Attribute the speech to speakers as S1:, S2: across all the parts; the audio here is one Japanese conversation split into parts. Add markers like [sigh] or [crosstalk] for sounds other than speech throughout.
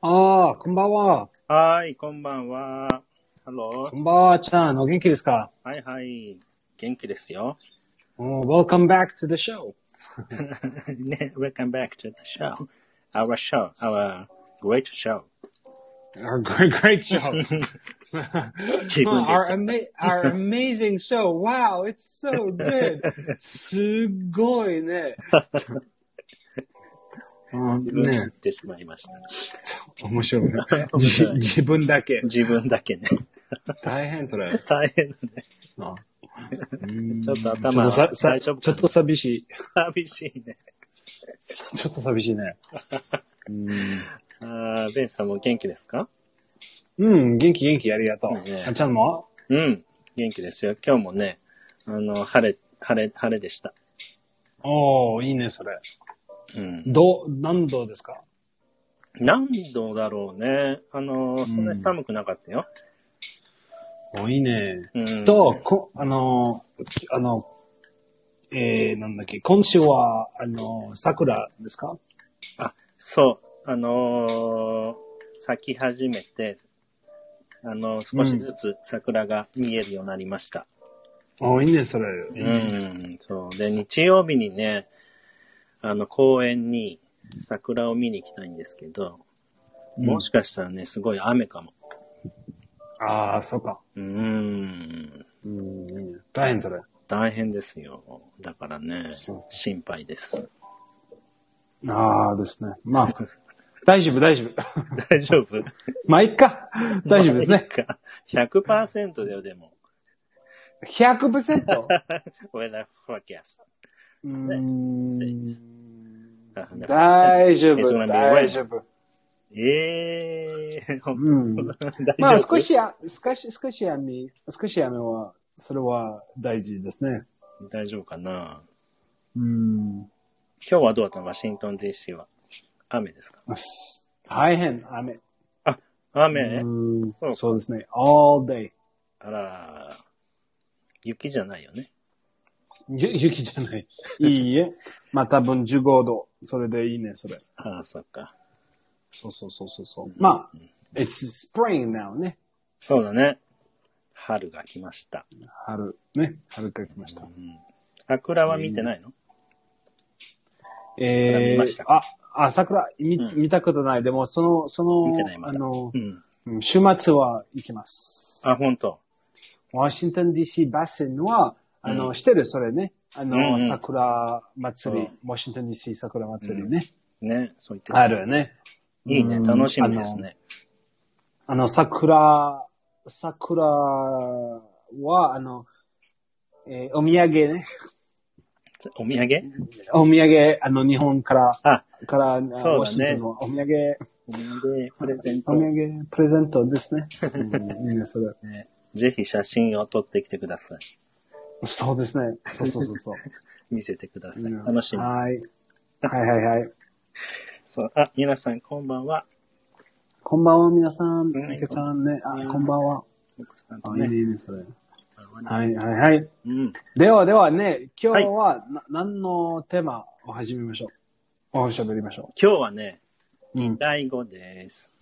S1: ああ、こんばんは。
S2: はーい、こんばんは。ハロ
S1: こんばんは、ちゃん。お元気ですか
S2: ー。はいはい。元気ですよ。
S1: うん Welcome back to the show.
S2: [laughs] ね welcome back to the show. Our show, our great show.
S1: Our great, great [laughs] show.
S2: [laughs] 自分
S1: our,
S2: で
S1: ama- our amazing show. Wow, it's so good. [laughs] すっごいね。うん
S2: 言っちゃ言
S1: ね
S2: ってしまいました。
S1: 面白いね。
S2: 白い
S1: じ [laughs] 自分だけ。
S2: [laughs] 自分だけね。
S1: 大変それ。
S2: [laughs] 大変だね。
S1: あ
S2: ちょっと
S1: ちょっ
S2: 頭
S1: とささ
S2: 大
S1: ち
S2: 丈
S1: ょ
S2: 夫か
S1: っと寂しい。
S2: 寂しいね。
S1: ちょっと寂しい
S2: [laughs]
S1: ね。うん
S2: あーベンさんも元気ですか
S1: うん、元気元気ありがとう
S2: ね。え
S1: あちゃんも
S2: うん。元気ですよ。今日もね、あの、晴れ、晴れ、晴れでした。
S1: おおいいね、それ。
S2: うん。
S1: どう、何度ですか
S2: 何度だろうね。あの、そんなに寒くなかったよ。
S1: おいいね。
S2: うん。
S1: と、こ、あの、あの、えー、なんだっけ、今週は、あの、桜ですか
S2: あ、そう。あのー咲き始めて、あのー少しずつ桜が見えるようになりました。
S1: おいいね、それ。
S2: うん、そう。で、日曜日にね、あの、公園に桜を見に行きたいんですけど、
S1: うん
S2: もしかしたらね、すごい雨かも。
S1: ああ、そうか。
S2: うん。
S1: うん、いいね。大変それ。
S2: 大変ですよ。だからね
S1: そう、
S2: 心配です。 [laughs]
S1: ああ、ですね。まあ、大丈夫、大丈夫。
S2: 大丈夫
S1: まあ、いっか。 [laughs] 大丈夫ですね。。
S2: まあいいか100%だよ、でも。
S1: 100%?
S2: Weather forecast.
S1: うーん
S2: 大
S1: 大
S2: 丈
S1: 丈
S2: 夫
S1: 夫、大丈夫。
S2: ええー、
S1: うん。
S2: 大丈夫
S1: [laughs] まあ少しや、少し、少し雨、少し雨は、それは大事ですね。
S2: 大丈夫かな
S1: うん。
S2: 今日はどうだったのワシントン DC は。雨ですか
S1: す大変、雨。
S2: 雨
S1: うん
S2: そう
S1: そうですね。all day。
S2: あら、雪じゃないよね。
S1: ゆ雪じゃ
S2: [laughs]
S1: ない。いいえ。まあ多分15度。それでいいね、それ。
S2: ああ、そっか。
S1: そうそうそうそうそう。まあ、it's spring now ね。
S2: そうだね。春が来ました。
S1: 春、ね。春が来ました。
S2: 桜は見てないの
S1: え
S2: 見まし
S1: ー
S2: た、
S1: あ、あ、桜、見、
S2: うん
S1: 見たことない。でも、その、その、
S2: 見てないま
S1: あ
S2: だ
S1: の
S2: う、ん。
S1: うん週末は行きます。
S2: あ、ほんと。
S1: ワシントン DC バスンは、あの、
S2: うん
S1: してる、それね。あの、
S2: うんうん
S1: 桜祭り
S2: そ、
S1: ワシントン DC 桜祭りね。
S2: ね、そう言ってた
S1: あるね。
S2: いいね、
S1: うん
S2: 楽しみですね。
S1: あの、桜、桜は、あの、えーお土産ね。
S2: お土産
S1: お土産、あの、日本から、
S2: あ、
S1: から、あ
S2: そうだね
S1: ワシントンのお土産、
S2: お土産プレゼント
S1: お。土産プレゼントです
S2: [laughs]
S1: ね。うん、いいね、それ。
S2: ねぜひ写真を撮ってきてください。
S1: そうですね。そうそうそうそう。
S2: 見せてくださ
S1: う
S2: い。
S1: ん
S2: [laughs] 楽しみです。
S1: はい。はいはいはい。
S2: そう。あ、皆さん、こんばんは。
S1: こんばんは、皆さん。
S2: ん
S1: ゆきちゃんね。あ、こんばんは。
S2: 奥さんと
S1: あ、いい
S2: ね
S1: ね、いいね、それ。
S2: こんばんは
S1: はい、はい、はい。
S2: うん。
S1: では、ではね、今日は、な何のテーマを始めましょう。おしゃべりましょ
S2: 今日はね、
S1: う。うん。
S2: 第語です。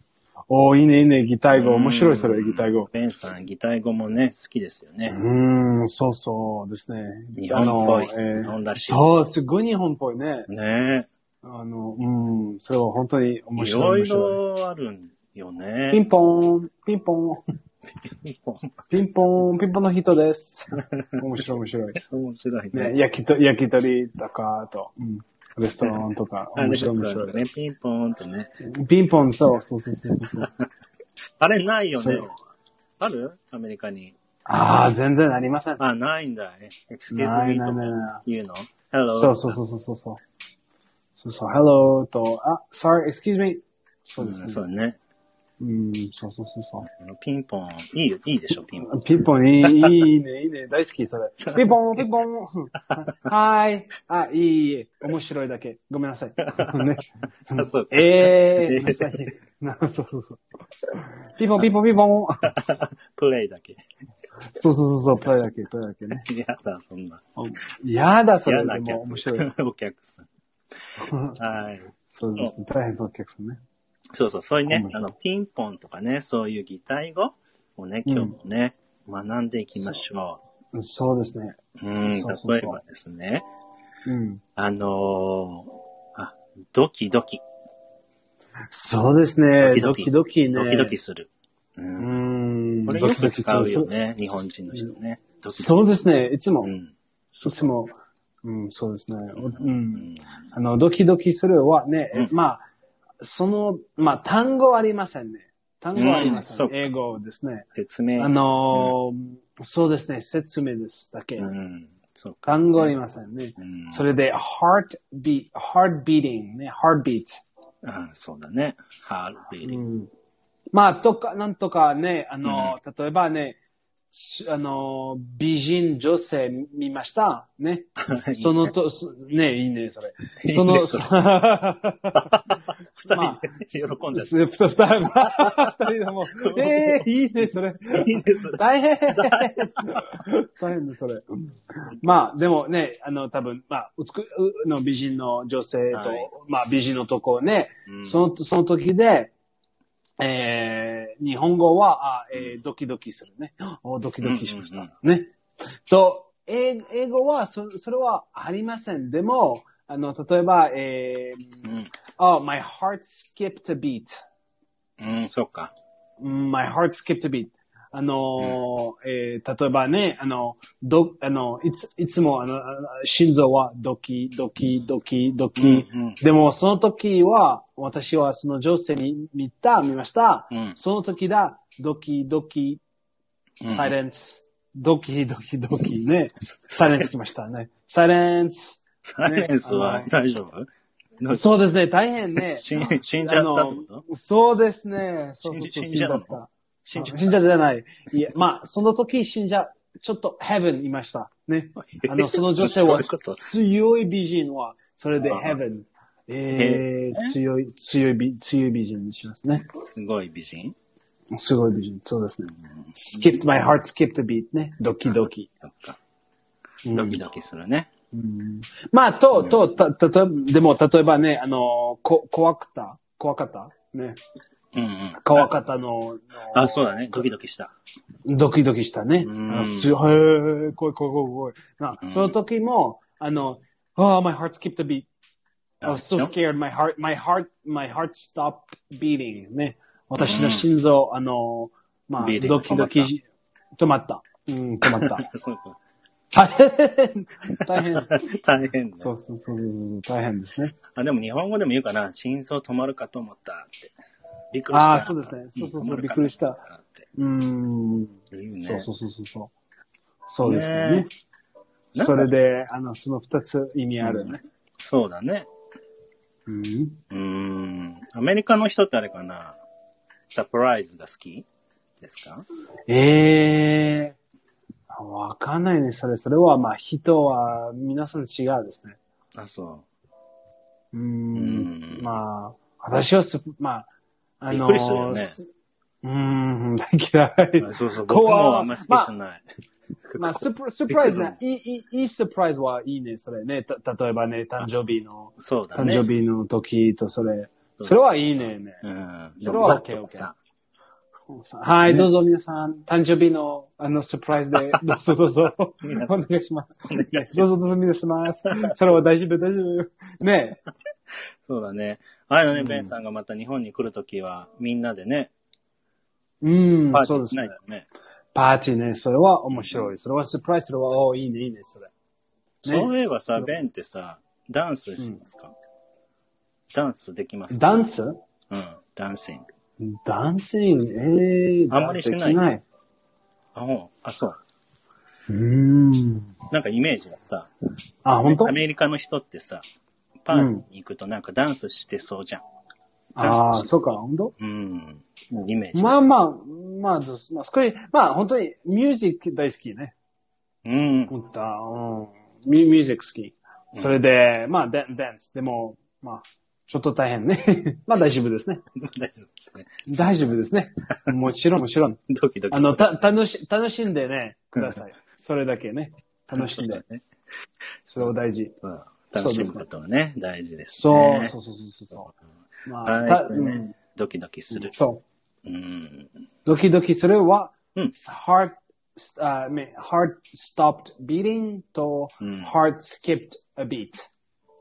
S1: おーいいね、いいね、擬態語。
S2: うん
S1: 面白い、それ、擬態語。
S2: ベンさん、擬態語もね、好きですよ
S1: う
S2: ね。
S1: ーん、そうそうですね。
S2: 日本っぽい
S1: あのえー
S2: 日本らしい
S1: そう、すごい日本っぽいね。
S2: ね
S1: あの、うん、それは本当に
S2: え。
S1: 面
S2: い
S1: 白
S2: ろ
S1: い、
S2: い
S1: 面白い。
S2: ろあるんよ
S1: ピン
S2: ね。
S1: ポン、ピンポン、ピンポン、ピンポンの人です。面白い、面白い。
S2: 面白い
S1: ね、
S2: ね。
S1: 焼きと、焼き鳥とか、あと、うん、レストランと [laughs] か、
S2: あ
S1: 面
S2: れ
S1: 白い面
S2: です
S1: 白
S2: よ
S1: い。
S2: ね。ピンポーンとね。
S1: ピンポン、そう、そうそうそうそうそう。
S2: あれないよ
S1: そ
S2: ね
S1: う。
S2: あるアメリカに。
S1: [laughs] ああ、全然ありません。
S2: あ、ないんだ。え excuse
S1: ない
S2: me
S1: ない
S2: と
S1: ない
S2: か
S1: な
S2: 言うの
S1: い。
S2: ?Hello.
S1: そうそうそうそうそうそう。そうそう、hello と、あ、sorry, excuse me. そう
S2: う
S1: で
S2: ん
S1: す
S2: そ
S1: ね。
S2: うね。
S1: うん、そうそうそうそ
S2: ピンポン。いいよ、いいでしょ、ピンポン。
S1: う。ピンポン、いい、いいね、いいね。大好き、そ [laughs] れ。ピンポン、ピンポン。はい。あ、いいいい、面白いだけ。ごめんなさい。 [laughs] ね
S2: あ [laughs] そうか
S1: ええー、最近な [laughs] そうそうそう。ピンポン、ピンポン、ピンポン。
S2: プレイだけ。
S1: そうそうそうそう、プレイだけ、プレイだけね。
S2: やだ、そんな。
S1: やだ、それ
S2: 嫌
S1: で
S2: な客 [laughs]
S1: も面白い。
S2: お客さん。はい。
S1: そうですね。大変なお客さんね。
S2: そうそう、そういう
S1: そう
S2: ね
S1: なん、です
S2: あ
S1: よ
S2: の、ピンポンとかね、そういう擬態語をね、今日もね、学んでいきましょ
S1: そうですね。
S2: う。うん、例
S1: そうそうそう
S2: えばですね、
S1: うん。
S2: あのーあ、ドキドキ、
S1: そうですね。
S2: ド
S1: ド
S2: キ
S1: キドキね。
S2: ドキドキする。う。
S1: うんん。
S2: これ
S1: ド
S2: よ
S1: キド
S2: く
S1: キ
S2: 使うよ
S1: そう
S2: ね、日本人の人ね。ドキドキ
S1: そうですね。いつも、
S2: う
S1: い
S2: ん。
S1: つも、うん、そうですね。おう。
S2: うんん
S1: あの、ドキドキするはね、
S2: うん
S1: まあ、その、まあ、単語ありませんね。単語ありませ
S2: うん
S1: ん。
S2: そう
S1: 英語ですね。
S2: 説明。
S1: あのー、そうですね。説明です。だけ。
S2: うん。そうか。
S1: 単語ありませんね。
S2: うん。
S1: それで、heart beat, heart beating ね、heart beat。
S2: あそうだね。ハーベリー。
S1: まあ、とか、なんとかね、あの、例えばね、すあの、美人女性見ましたね。そのと、すね、いいね、それ。
S2: いいね
S1: その、
S2: それ [laughs] 二
S1: まあ
S2: 人、喜んじゃっ
S1: す二人、二人と
S2: [laughs]
S1: も、ええいいね、それ。
S2: た。いいです。
S1: 大変大変だ、それ。まあ、でもね、あの、多分、まあ、美うの美人の女性と、
S2: はい
S1: まあ、美人のとこをね、
S2: うん
S1: その、その時で、えー、日本語は、あえードキドキするね。おドキドキしました。
S2: うんうん
S1: ね。と、英英語はそ、それはありません。でも、あの、例えば、え
S2: う
S1: ー、
S2: ん。
S1: oh, my heart skipped a beat.
S2: うん、そうか。
S1: My heart skipped a beat. あのー、えー例えばね、あの、ど、あの、いつ、いつも、あの、あ心臓はドキ、ドキ、ドキ、ドキ。
S2: うんうん
S1: でも、その時は、私はその女性に見た、見ました。
S2: うん
S1: その時だ、ドキ、ドキ、サイレンス。ドキ、ドキ、ドキね。サイレンス来ましたね。サイレンス。
S2: サイレンスは
S1: あの
S2: 大丈夫の
S1: そうですね、大変ね。
S2: [laughs] 死ん死んじゃったってこと
S1: あのそうですね。そうそう
S2: 死
S1: そ
S2: ん
S1: う、
S2: 死んじゃうの
S1: った。
S2: 死んじゃっ
S1: 信者じゃない。いや、まあ、その時信者、ちょっと heaven いました。ね。あの、その女性
S2: [laughs] そう
S1: は
S2: いうこと
S1: 強い美人は、それで
S2: ああ
S1: heaven。えー、強い、強い美、強い美人にしますね。
S2: た。すごい美人。
S1: すごい美人。そうですね。skipped, my heart skipped a beat ね。ドキドキ。
S2: そっか。
S1: うん
S2: ドキドキするね。
S1: まあ、と、と、た、たと、でも、例えばね、あの、こ、怖くた怖かったね。
S2: うんうん。
S1: 怖かったの、
S2: あ、そうだね。ドキドキした。
S1: ドキドキしたね。
S2: うん
S1: あの普通、へー、怖い怖い怖い怖い。なその時も、あの、oh, my heart skipped a beat. I
S2: あ
S1: was so
S2: でしょ
S1: scared. My heart, my heart, my heart stopped beating. ね。私の心臓、あの、まあ、
S2: Beating
S1: ドキドキし、止まった。うん、止まった。
S2: [laughs] そうか。
S1: [laughs] 大変大変。
S2: 大変ね。
S1: そうそうそうそうそう、大変ですね。
S2: あ、でも日本語でも言うかな。心臓止まるかと思ったって。びっくりした。
S1: ああ、そうですね。そうそうそう、
S2: ん
S1: びっくりし。
S2: 止ま
S1: た
S2: る。かなって
S1: うん。
S2: 言うね。
S1: そうそうそうそうそう。そうですよ
S2: ね
S1: ね。
S2: え
S1: それで、あの、その二つ意味あるね。
S2: そうだね。
S1: うん。
S2: うーん。アメリカの人ってあれかな。サプライズが好きですか
S1: ええわかんないね、それ。それは、まあ、人は、皆さん違うですね。。
S2: あ、そうう。うんん。
S1: まあ、私はす、まあ、あの、
S2: びっくりするよね
S1: すうん、 [laughs] 嫌い。
S2: あそうそう。
S1: こ
S2: 僕
S1: うは
S2: もあんま好きじゃない。
S1: まあ、スプスプライズな、いい、いい、いいスプライズはいいね、それね。た、例えばね、誕生日の、
S2: そうだ
S1: 誕
S2: ね。
S1: 生日の時と、それ。
S2: そう
S1: それはいいね、ね。
S2: うん。
S1: それは OK
S2: でももっとさ
S1: はい、どうぞ皆さん、誕生日の、あの、サプライズ
S2: [laughs]
S1: で、どうぞどうぞ、お
S2: 皆さん
S1: 願いします。
S2: お願いします
S1: どうぞどうぞ、皆様。それは大丈夫、大丈夫。ねえ
S2: そうだね。あのね、ベンさんがまた日本に来るときは、みんなでね、
S1: うん
S2: パ、ーティ
S1: そう
S2: ー
S1: で
S2: し
S1: す
S2: ない
S1: ね。
S2: とね。
S1: パーティーね、それは面白い。それはサプライズ、それは、おーいいね、いいね、それ。
S2: そういえばさ、
S1: そう
S2: ベンってさ、ダンスしますかダンスできますか
S1: ダンス
S2: うん、ダンシング。
S1: ダンシング、ええー、
S2: あんまりしてない
S1: ダン
S2: あ、ほう、あ、そう。
S1: スできない。うん。
S2: なんかイメージがさ、
S1: あ、本当
S2: アメリカの人ってさ、パーティーに行くとなんかダンスしてそうじゃん。
S1: ああ、そうか、本当
S2: うん、イメージ。
S1: まあまあ、まあ、どうすまあ、少し、まあ、本当に、ミュージック大好きね。
S2: うん、 [laughs]
S1: 思った。うん。ミミュージック好き。それで、まあ、ダンダンス。でも、まあ、ちょっと大変ね。 [laughs] まあ大丈夫ですね。
S2: 大丈夫ですね。
S1: 大丈夫です
S2: [laughs]
S1: ね。もちろん、もちろん。
S2: ドキドキ
S1: あ
S2: する
S1: の、た、楽し、楽しんでね、ください。それだけね。楽しん
S2: [laughs]
S1: で。
S2: ね。
S1: それを大事。
S2: うん楽しむことはね、大事です
S1: そう、
S2: ね。
S1: そうそうそうそう。
S2: は
S1: ま
S2: い
S1: あ、た、
S2: と
S1: う
S2: いうね
S1: ん。
S2: ドキドキする。。
S1: そう
S2: うん。
S1: う。ドキドキするは、
S2: うん
S1: heart, あ heart stopped beating と、
S2: うん
S1: heart skipped a beat。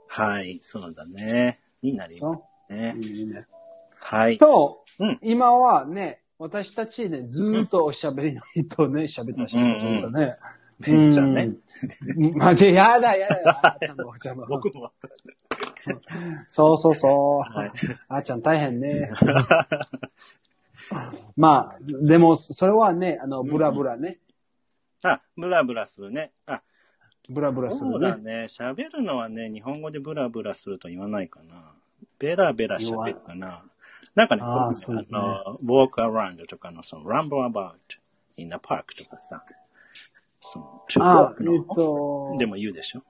S2: はい、そうだね。になります
S1: そ
S2: ね
S1: う。。いいね。
S2: はい。
S1: と、
S2: うん
S1: 今はね、私たちね、ずーっとおしゃべりの人ね、喋ったし、
S2: うんうん
S1: ずっとね。
S2: めっちゃね。
S1: うん。マジ、やだ、や
S2: [laughs]
S1: だ。あーちゃんも、おちゃんも。
S2: 僕も。
S1: そうそうそう。
S2: はい
S1: あーちゃん大変
S2: [laughs]
S1: ね。まあ、でも、それはね、あの、ブラブラね。
S2: あ、ブラブラするね。あ、
S1: ブラブラす
S2: そう
S1: る
S2: だ
S1: ね。
S2: ね。喋るのはね、日本語でブラブラすると言わないかな。ベラベラ喋るかな。なんかね、
S1: あー
S2: 今度
S1: そうですね
S2: あの、walk around とかの、その、ramble about in the park とかさ、その、中
S1: あー、
S2: 国
S1: えっと
S2: の、、でも言うでしょ。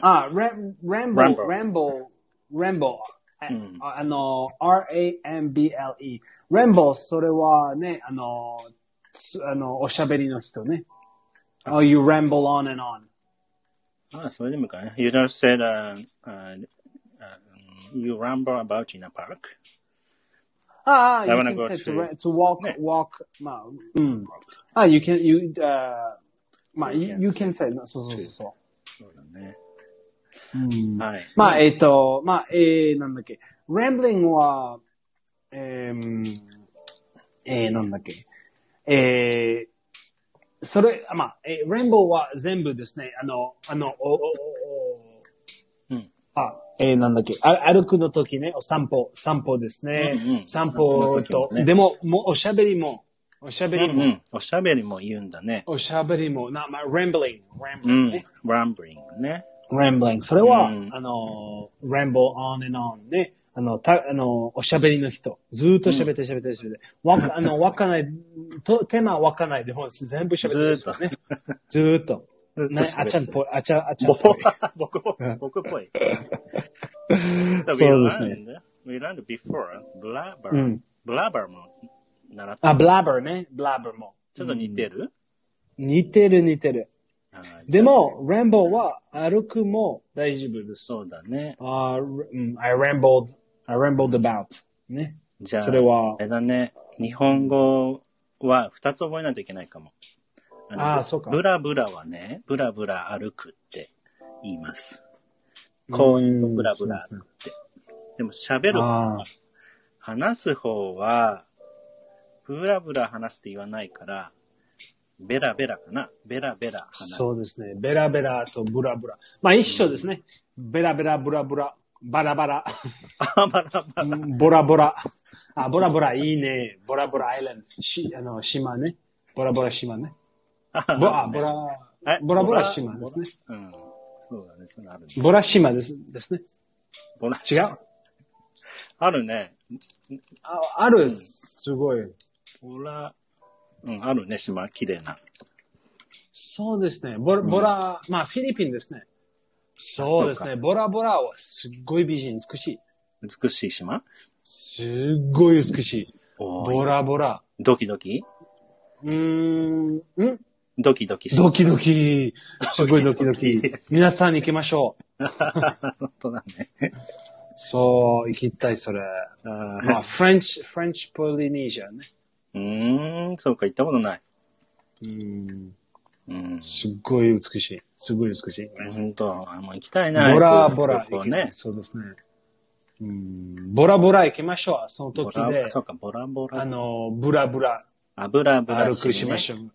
S1: あ、ラン、ランボー、
S2: Ramble
S1: ランボー、ランボ
S2: うん
S1: ー。ああの、R-A-M-B-L-E。ランボー、それはね、あの、つあの、おしゃべりの人ね。Oh, you ramble on and on.
S2: ああ、それでもいいかね。You don't say that, uh, uh, you ramble about in a park.
S1: ああ、you Ah,
S2: I wanna
S1: can
S2: go
S1: say to,
S2: to-
S1: ra- to walk,
S2: ね
S1: walk, まあ、うん。あ、you can, you, uh, まあ、you
S2: Yes.
S1: you can say, そうそうそうそ
S2: そうだね。
S1: う。うん
S2: はい。
S1: まあ、えっ、と、まあ、えー、なんだっけ。rambling は、えーん、えー、なんだっけ。えー、それ、まあ、えー、ramble は全部ですね。あの、あの、お、お、お、お
S2: うん
S1: あ、えー、なんだっけ。あ歩くの時ね、お散歩、散歩ですね。
S2: うんうん
S1: 散歩
S2: 歩くの
S1: と、
S2: 時もね
S1: でも、もう、おしゃべりも、おしゃべ
S2: う
S1: り
S2: ん
S1: も、
S2: うん。おしゃべりも言うんだね。
S1: おしゃべりも、な、まあ、rambling、
S2: う
S1: rambling ね
S2: ん。。rambling ね。
S1: rambling。それは、
S2: うん
S1: あの、ramble on and on ね。あの、た、あの、おしゃべりの人。ずーっと喋って喋って喋って。わ
S2: [laughs]
S1: か、あの、わかんない、と、手間わかんない。でも、全部喋って
S2: ずーっと
S1: ね。ずーっと。
S2: ずーっと喋
S1: ね
S2: っ、て
S1: あちゃんっぽい、あちゃ、あちゃんっぽい。
S2: [laughs] 僕っぽい。僕っ
S1: [laughs]
S2: ぽい。
S1: そうですね。
S2: ね。We learned before,
S1: う
S2: blabber.
S1: ん
S2: blabber も習った。
S1: あ、ブラバーね。ブラバーも。
S2: ちょっと似てる
S1: 似てる似てる。
S2: あ
S1: [laughs]
S2: ー
S1: でも、ramble は歩くも大丈夫です。
S2: そうだね。
S1: あー、うん、I rambled, I rambled about. ね。
S2: じゃあ、
S1: それは
S2: あれだね。日本語は二つ覚えないといけないかも。の
S1: あーそうか
S2: ブラブラはね、ブラブラ歩くって言います。
S1: ん
S2: 公園とブラブラ
S1: そう
S2: 歩くって。でも喋る方は
S1: あ、
S2: 話す方は、ブラブラ話すって言わないから、ベラベラかな。ベラベラ話す。
S1: そうですね。ベラベラとブラブラ。まあ一緒ですね。ベラベラ、ブラブラ、バラ [laughs] バラ、
S2: あ、バラバラ。
S1: ボラボラ。あ、ボラボラいいね。ボラボラアイランド。し、あの、島ね。ボラボラ島ね。ボあ、ボラ
S2: え、
S1: ボラボラ島ですね。
S2: うん。そうだね、それあるね。
S1: ボラ島ですですね。
S2: ボラ
S1: 違う
S2: あるね。
S1: あある、すごい。
S2: ボラ、うん、あるね、島、綺麗な。
S1: そうですね。ボラ、ボラ、まあフィリピンですね。そうです
S2: そう
S1: ね。ボラボラはすっごい美人、美しい。
S2: 美しい島
S1: すっごい美しい。
S2: おー
S1: ボラボラ。
S2: ドキドキ
S1: うーん、ん
S2: ドキドキし
S1: ドキドキ。すごいドキドキ。皆さんに行きましょう。
S2: 本当だね。
S1: そう、行きたい、それ。
S2: あ
S1: ま
S2: ー
S1: あ、フレンチ、フレンチポリネーシアね。
S2: うーん、そうか、行ったことない。
S1: うん。
S2: うん。
S1: すっごい美しい。すごい美しい。
S2: 本当あ、もう行きたいな。
S1: ボラ
S2: こう
S1: ボラ
S2: こ
S1: 行
S2: う
S1: き
S2: ね。
S1: そうですね。うん。ボラボラ行きましょう。その
S2: ボ
S1: 時で
S2: ラ、そうか、ボラボ
S1: あ
S2: ラ。
S1: の、ブラブラ
S2: あ、ブラブラ
S1: 歩くしまし
S2: ょ。
S1: ょう。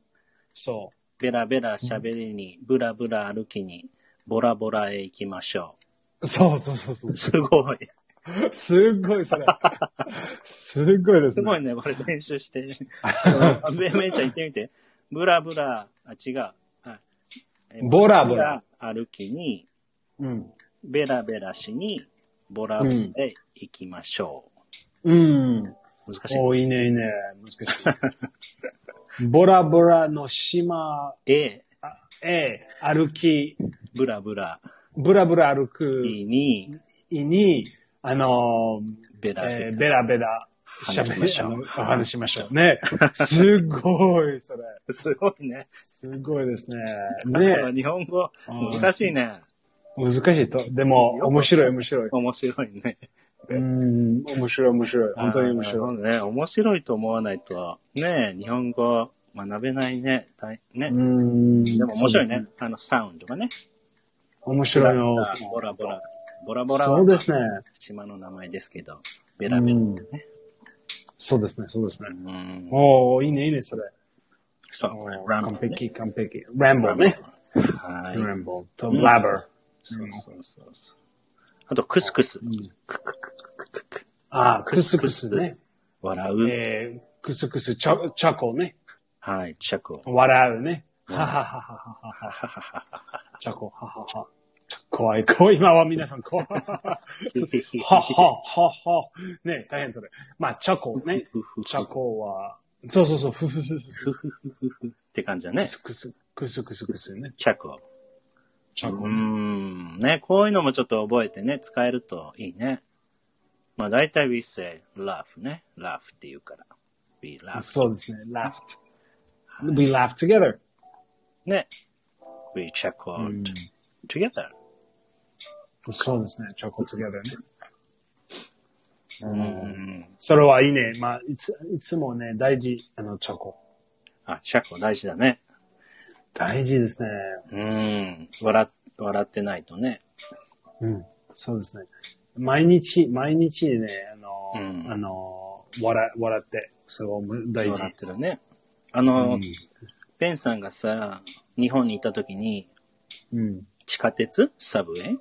S1: そう
S2: ベラベラ喋りに、ブラブラ歩きに、ボラボラへ行きましょ
S1: う。そうそうそう [laughs] そう
S2: う。
S1: そ
S2: すごい。
S1: う。すっごい、それ。すっごいです
S2: [laughs] す
S1: ね。
S2: ごいね、これ練
S1: [laughs]
S2: 習して。あめめいちゃん行ってみて。ブラブラ、あ、違う。あ
S1: ボラボラ。
S2: 歩きに、
S1: うん。
S2: ベラベラしに、ボラボラへ行きましょ
S1: うん。
S2: う。難しい。
S1: おいいね、いいね。難しい。ボラボラの島
S2: A、
S1: へ歩き、
S2: ブラブラ、
S1: ブラブラ歩く
S2: B に、
S1: に、あの、
S2: ベラベ
S1: え
S2: ラ
S1: ーベラベラ
S2: 話しましょう
S1: 喋りあのお話ししましょう。ね。すごい、それ。
S2: [laughs] すごいね。
S1: すごいですね。
S2: ね
S1: ね。
S2: 日本語、難しいね。
S1: 難しいと。でも、面白い、面白い。
S2: 面白いね。
S1: うーん、面白い面白い。本当に面
S2: あ
S1: 白
S2: ー
S1: い。
S2: なるほどね。面白いと思わないと、ねえ日本語学べないね。大ね。
S1: うーん。
S2: でも面
S1: そう
S2: 白
S1: で
S2: い
S1: す
S2: ね。。あの、サウンドがね。
S1: 面白いの。
S2: ボラボラ。ボラボラ
S1: そう
S2: は
S1: ですね。
S2: 島の名前ですけど、ベラ
S1: う
S2: ベラ。
S1: んそうですね、そうですね
S2: う。ん。
S1: おおいいね、いいね、それ。
S2: そう、これ、ラン
S1: 完
S2: ボーね。
S1: 璧、完璧。ランボーね。
S2: はい。
S1: ランボーとラバー。
S2: そうそうそうそう。あと、クスクス。クククククク
S1: ああ、クスクスね。
S2: 笑う。
S1: えー、クスクス、チョチョコね。
S2: はい、チェコ。
S1: 笑うね。はははははは。チョコ、ははは。怖い、怖い。今は皆さん怖い。はははは。ね、大変それ。まあ、チョコね。 [laughs] チョコは、そうそうそう、ふふふふ。
S2: って感じだ
S1: ク
S2: ね。
S1: スクス、クスクスクスね。
S2: チェコ。
S1: チョ
S2: うー
S1: コ。
S2: ん。ね、こういうのもちょっと覚えてね、使えるといいね。まあ大体 we say laugh ね。laugh って言うから。we laugh.
S1: そうですね、laughed. We laughed together.
S2: ね。we check
S1: う
S2: out
S1: ん
S2: together.
S1: そうですね、チョコ together ね。
S2: うん。
S1: それはいいね。まあ、いつ、いつもね、大事、あの、チョコ。
S2: あ、チェコ大事だね。
S1: 大事ですね。
S2: うん。笑っ、笑ってないとね。
S1: うん。そうですね。毎日、毎日ね、あの、
S2: うん
S1: あの、笑、笑って、それは大事。
S2: 笑ってるね。あの、
S1: うん
S2: ベンさんがさ、日本にいた時に、
S1: うん。
S2: 地下鉄サブウェイ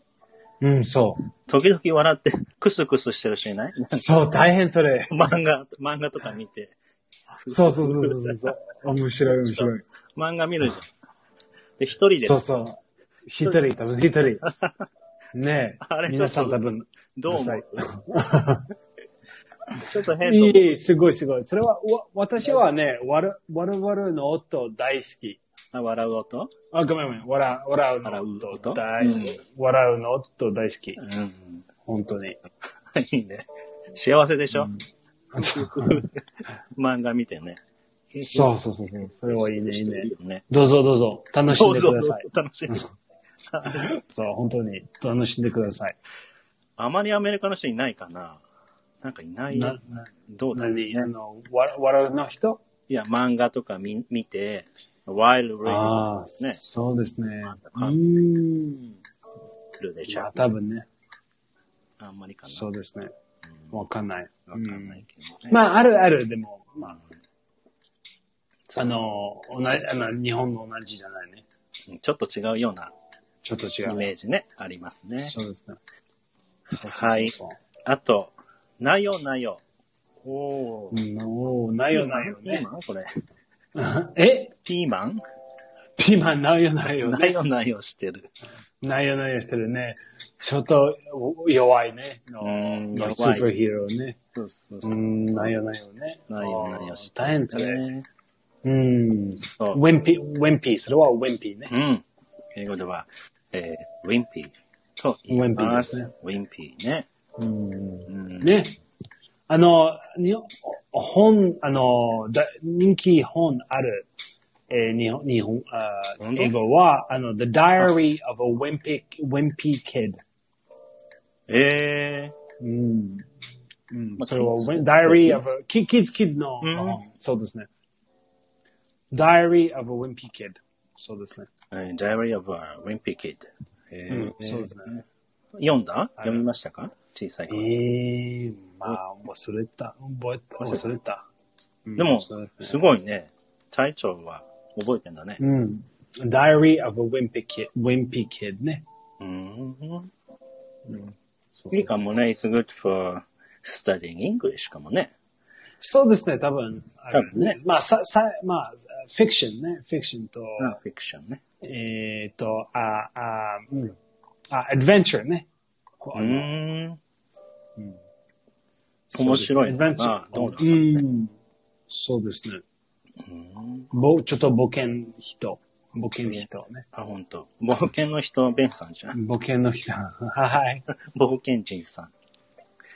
S1: うん、 [laughs] そう。
S2: 時々笑って、クスクスしてる人いない [laughs]
S1: そう、大変それ。
S2: 漫画、漫画とか見て。
S1: そうそうそうそうそう。面白い、面白い。
S2: 漫画見るじゃん。で、一人で、
S1: そうそう。一人、多分一人。ね
S2: [laughs] あれ
S1: え、皆さん多分。
S2: どう思
S1: る
S2: う [laughs] ちょっと変と思う。
S1: いい、すごいすごい。それは、わ私はね、わる、わるわるの音大好き。
S2: あ、笑う音
S1: あ、ごめんごめん。笑う、笑うの
S2: 笑う
S1: 音
S2: 音
S1: 大、
S2: うん
S1: 笑うの音大好き。
S2: うん。 [laughs]
S1: 本当に。
S2: いいね。幸せでしょ、漫画見てね。
S1: そうそうそうそう。それはいいね、いいね。
S2: いいね。
S1: どうぞどうぞ。楽し
S2: そ
S1: ん
S2: う
S1: で
S2: そ
S1: く
S2: う
S1: ださい。
S2: 楽しみ。
S1: そう、本当に。楽しんでください。
S2: あまりアメリカの人いないかななんかいない
S1: な
S2: な。どうだろうね
S1: 何あの、わ笑うの人
S2: いや、漫画とか見見て、while
S1: ああ、
S2: ね
S1: そうですね。う
S2: あ
S1: ーん。
S2: reading でし
S1: まあ
S2: ょ
S1: 多分ね。
S2: あんまりかな。
S1: そうですね。わかんない。
S2: わかんないけどね。
S1: まあ、あるある、でも、まあ、
S2: そう
S1: あの、同じ、あの、日本の同じじゃないね。
S2: うんちょっと違うような
S1: ちょっと違
S2: イ
S1: う。
S2: メージね、ありますね。
S1: そうですね。そうそうそう
S2: はい
S1: そう
S2: あと、なよなよ。おー。
S1: うんおーないよないよ
S2: ピ
S1: ね
S2: ー。マンこれ。
S1: え
S2: ピーマン
S1: ピーマンないよないよ
S2: な
S1: ね。
S2: よなよしてる。
S1: ないよないよしてるね。ちょっとお弱いね。の
S2: うん
S1: の
S2: 弱い
S1: スーパーヒーローね。
S2: そうそう
S1: う
S2: そう。
S1: ん、ないよないよね。
S2: なよなよして
S1: あー大変それ。
S2: ね。
S1: うん。
S2: そう
S1: ウィンピー、ウィンピー、それはウィンピーね。
S2: うん。英語では、えー、ウィンピーと言います。ウィンピーね。
S1: うん。
S2: うん。
S1: ね。あの、に本、あの、だ人気本ある、えー日本、日本、あー
S2: 本当
S1: 英語は、あの、The Diary of a Wimpy, Wimpy Kid。
S2: え
S1: うん。うん
S2: まあ
S1: それは、
S2: kids
S1: Wim- Diary of a, Ki- Kids, Kids の
S2: うん
S1: 本。そうですね。Diary of a Wimpy Kid。そうですね。
S2: ー、Diary of a Wimpy Kid。えー
S1: そうですね。
S2: 読んだ読みましたか小さい
S1: え
S2: 頃。
S1: ー、まあ、忘れた。覚えた。忘れた。
S2: でも
S1: そうで、す
S2: すごいね。タイトルは覚えてんだね。
S1: うん。Diary of a Wimpy Kid, Wimpy Kid ね。
S2: うん。
S1: そう
S2: いいかもね。It's good for studying English かもね。
S1: そうですね、多分。
S2: 多分ね
S1: まあ、さ、さ、まあ、フィクションね。フィクションと、
S2: フィクションね。
S1: えっ、と、あ、あ、うん。あ、アドベンチャーね。こう
S2: う
S1: あの
S2: ーん。
S1: そうですね
S2: 面白いな
S1: アドベンチャー。
S2: どうだ
S1: うん。そうですね。ぼ、ちょっと冒険人。冒険人ね。
S2: あ、本当。冒険の人はベンさんじゃん。
S1: 冒険の人。 [laughs] はい。
S2: 冒険人さん。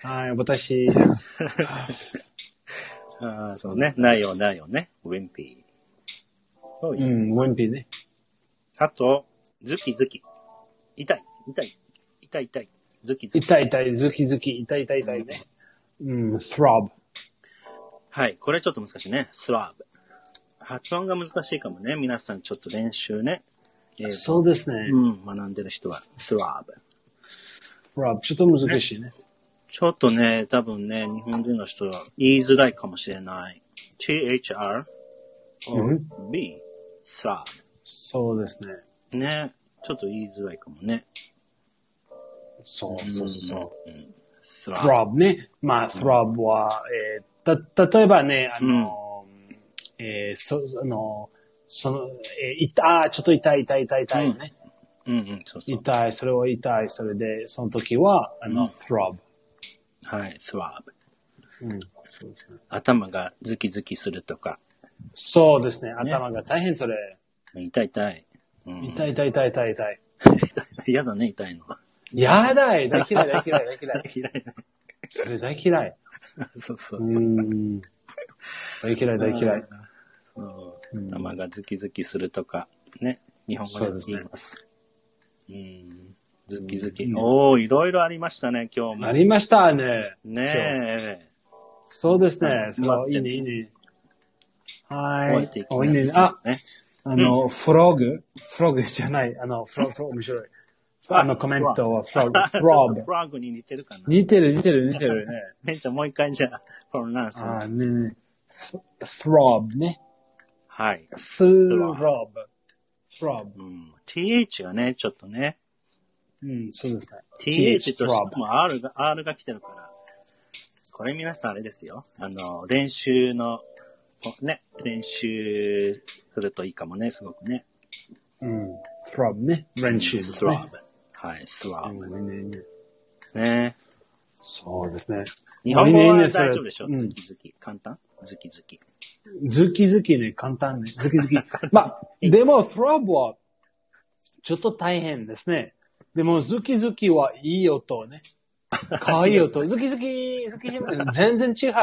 S1: はい、私。
S2: ああ、そうね。ないよ、ないよね。ウィンピー。そう
S1: う、
S2: いうん
S1: ウィンピーね。
S2: あと、ズキズキ。痛い、痛い、痛い、痛い。ズキズキ。
S1: 痛い痛い、ズキズキ、痛い痛い痛いね。うん、throb。
S2: はい。これちょっと難しいね。throb。発音が難しいかもね。皆さんちょっと練習ね。えー
S1: そうですね
S2: う。ん、学んでる人は throb。
S1: throb。ちょっと難しいね。
S2: ちょっとね、多分ね、日本人の人は言いづらいかもしれない。thr
S1: う
S2: or
S1: ん
S2: b throb。
S1: そうですね。
S2: ね。ちょっと言いづらいかもね。
S1: そうそうそうそう。
S2: うん。throb。
S1: throb ね。まあ、throb は、えーた、例えばね、あの、えーそ、あの、その、えー、痛い、あーちょっと痛い、痛い、痛い、痛いね。
S2: うんうん、そうそう。
S1: 痛い、それを痛い、それで、その時は、あの、
S2: うん
S1: throb。
S2: はい、throb。
S1: うん、そうですね。
S2: 頭がズキズキするとか。
S1: そうですね。頭が大変、それ。
S2: 痛い痛い。うん
S1: 痛い、痛い、痛い、痛い、痛い。
S2: [laughs] 嫌だね、痛いの。
S1: やだい、大嫌い、大嫌い、大嫌 [laughs] い。
S2: 嫌い。
S1: それ大嫌い。
S2: そうそう
S1: うー
S2: そう。
S1: ん。大嫌い、大嫌い。
S2: そう
S1: うん
S2: 頭がズキズキするとか、ね。日本語
S1: そうで
S2: です
S1: ね
S2: 言います。うん。ズキズキ。
S1: うん
S2: おー、いろいろありましたね、今日
S1: あ
S2: も。
S1: りましたね。
S2: ね
S1: そうですね。
S2: うん
S1: そう、い
S2: 待
S1: い
S2: って
S1: ね、いいね。はい。
S2: え。覚えていきま
S1: おい
S2: しょう
S1: いね。あ、
S2: ね。
S1: あの、フログフログじゃない。あの、フログ、面白い。あの、コメントはフログ、フロ
S2: ちょっと
S1: グ
S2: フ。ラグに似てるかな。
S1: 似てる、似てる、似てるね。
S2: めんちゃん、もう一回じゃあ、プロナンス。
S1: あーねね。throb ね。
S2: はい。
S1: throb。throb。
S2: うん。th がね、ちょっとね。
S1: うん、そうですね。
S2: th としても r が、r が来てるから。これ皆さんあれですよ。あの、練習の、ね、練習するといいかもね、すごくね。
S1: うん。throb ね。練習ですね
S2: throb。。はい、
S1: う
S2: throb
S1: んいいねいいね
S2: ですね。
S1: そうですね。
S2: 日本語
S1: いい
S2: は
S1: ねいい
S2: 大
S1: ねそれ
S2: 丈夫でしょ
S1: うん
S2: ズキズキ。簡単ズキズキ。
S1: ズキズキね、簡単 [laughs] ね。ズキズキ。まあ、でも、throb は、ちょっと大変ですね。でも、ズキズキはいい音 [laughs] ね。可愛い音。ズキズキ、ズキズキ、全然 [laughs] 違う。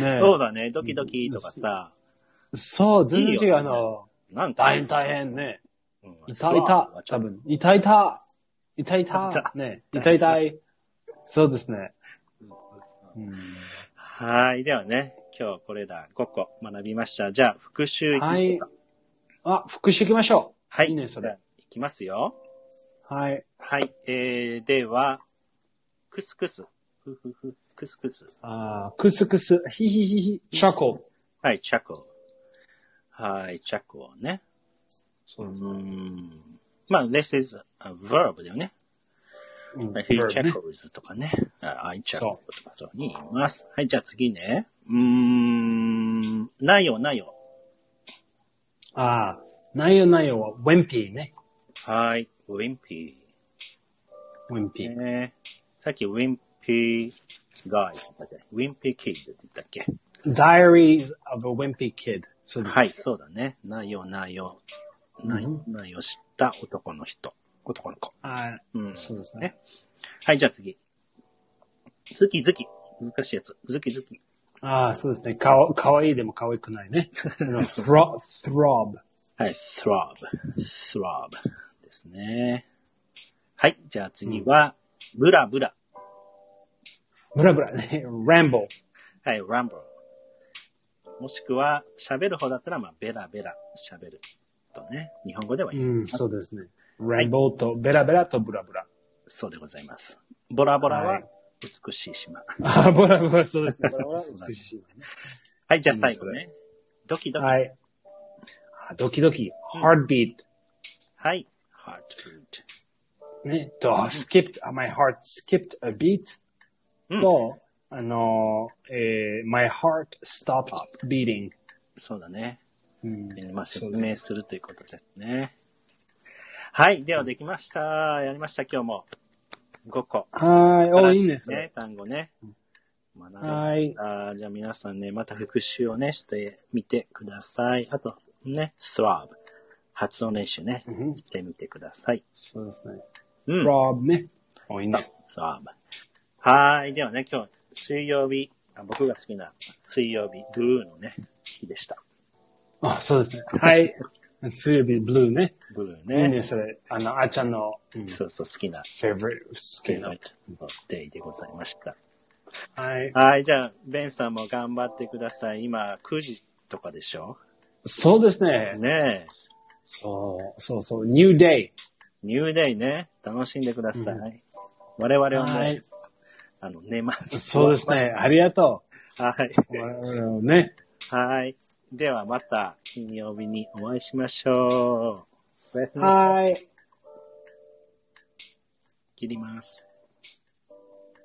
S1: ね
S2: そうだね、ドキドキとかさ。
S1: そう、全然違う。
S2: いいよ
S1: あの、
S2: なんか。
S1: 大変大変ね。
S2: うん。
S1: 痛いた
S2: throb は、ちょ
S1: 多
S2: っと
S1: 分。痛いた。痛いた。ね。痛いたい。そうですね。うん
S2: はい。ではね、今日これら5個学びました。じゃあ、復習いきま
S1: は
S2: しょ
S1: いう
S2: か。。
S1: あ、復習行きましょ
S2: はい
S1: いねそれ。
S2: いきますよ。
S1: う。はい。
S2: はい。えー、では、クスクス。ふふふ。クスクス。
S1: あークスクス、ヒヒヒヒ、シャコ。
S2: はい、チャコ。はい、チャコね。
S1: そううですね。
S2: ん。まあ、this is a verb だよね。
S1: うん、
S2: he
S1: ね
S2: chuckles とかね。あ I chuckle
S1: そ
S2: とかそうに言います。はい、じゃあ次ね。うーん。ないよ、ないよ。
S1: ああ、内容内容は、ウェンピーね。
S2: はい、ウィンピ
S1: ウェンピ
S2: ー。
S1: ー。
S2: ね、さっきウィンピーガイだっけウィンピーキッドって言ったっけ
S1: Diaries of a Wimpy Kid。そうです。。
S2: はいい、そうだね。内容、内容。内容、内容知った男の人。男の子。
S1: あー
S2: うん
S1: そうですね。
S2: はい、じゃあ次。ズキズキ。難しいやつ。ズキズキ。
S1: ああ、そうですね。かわかわいいでもかわいくないね。あの thro- throb。
S2: はい、throb。throb ですね。はい、じゃあ次は、ブラブラ。
S1: ブラブラね。ramble。
S2: はい、ramble。もしくは、喋る方だったら、まあ、ベラベラ喋る。とね、日本語では言い
S1: うん、そうですね。ramble と、ベラベラとブラブラ。
S2: そうでございます。ボラボラ
S1: は、
S2: はい美しい島。
S1: ああ、ブラブラ、そうですね。ブラブラ、美しい。
S2: はい、じゃあ最後ね。ドキドキ。
S1: はい。あドキドキ、heartbeat。
S2: はい、heartbeat。
S1: ね、と、skipped, my heart skipped a beat
S2: うん
S1: と、あの、えー my heart stopped beating。
S2: そうだね。
S1: うん
S2: まあ、説
S1: そうです
S2: 明するということですね。はい。では、できました。やりました、今日も。5個。
S1: はい、お、いいんですね。
S2: ね。単語ね。学びま
S1: はい
S2: した。じゃあ、皆さんね、また復習をね、してみてください。あと、ね、throb。発音練習ね
S1: う、ん
S2: してみてください。
S1: そうですね。
S2: うん。
S1: rob ね。お、いいね。
S2: throb。はい。ではね、今日、水曜日、あ僕が好きな水曜日、ブルーのね、日でした。
S1: あ、そうですね。はい。強火、ブルーね。
S2: ブルー
S1: いい
S2: ね。
S1: ね、それ。あの、あーちゃんの、うん、フ
S2: そうそう、好きな、
S1: ェイブリット、
S2: 好
S1: 好
S2: き
S1: き
S2: な
S1: な。
S2: デイでございました。
S1: はい。
S2: はい、じゃあ、ベンさんも頑張ってください。今、9時とかでしょ
S1: そうですね。
S2: ねえ。
S1: そう、そうそう、ニューデイ。
S2: ニューデイね、楽しんでください。
S1: う
S2: 我々はもう、
S1: はい。
S2: あの、寝ます。
S1: そうですね。ありがと
S2: はい。
S1: う。我々もね。
S2: はい。ではまた金曜日にお会いしましょう。おやすみなさい。
S1: はい。
S2: 切ります。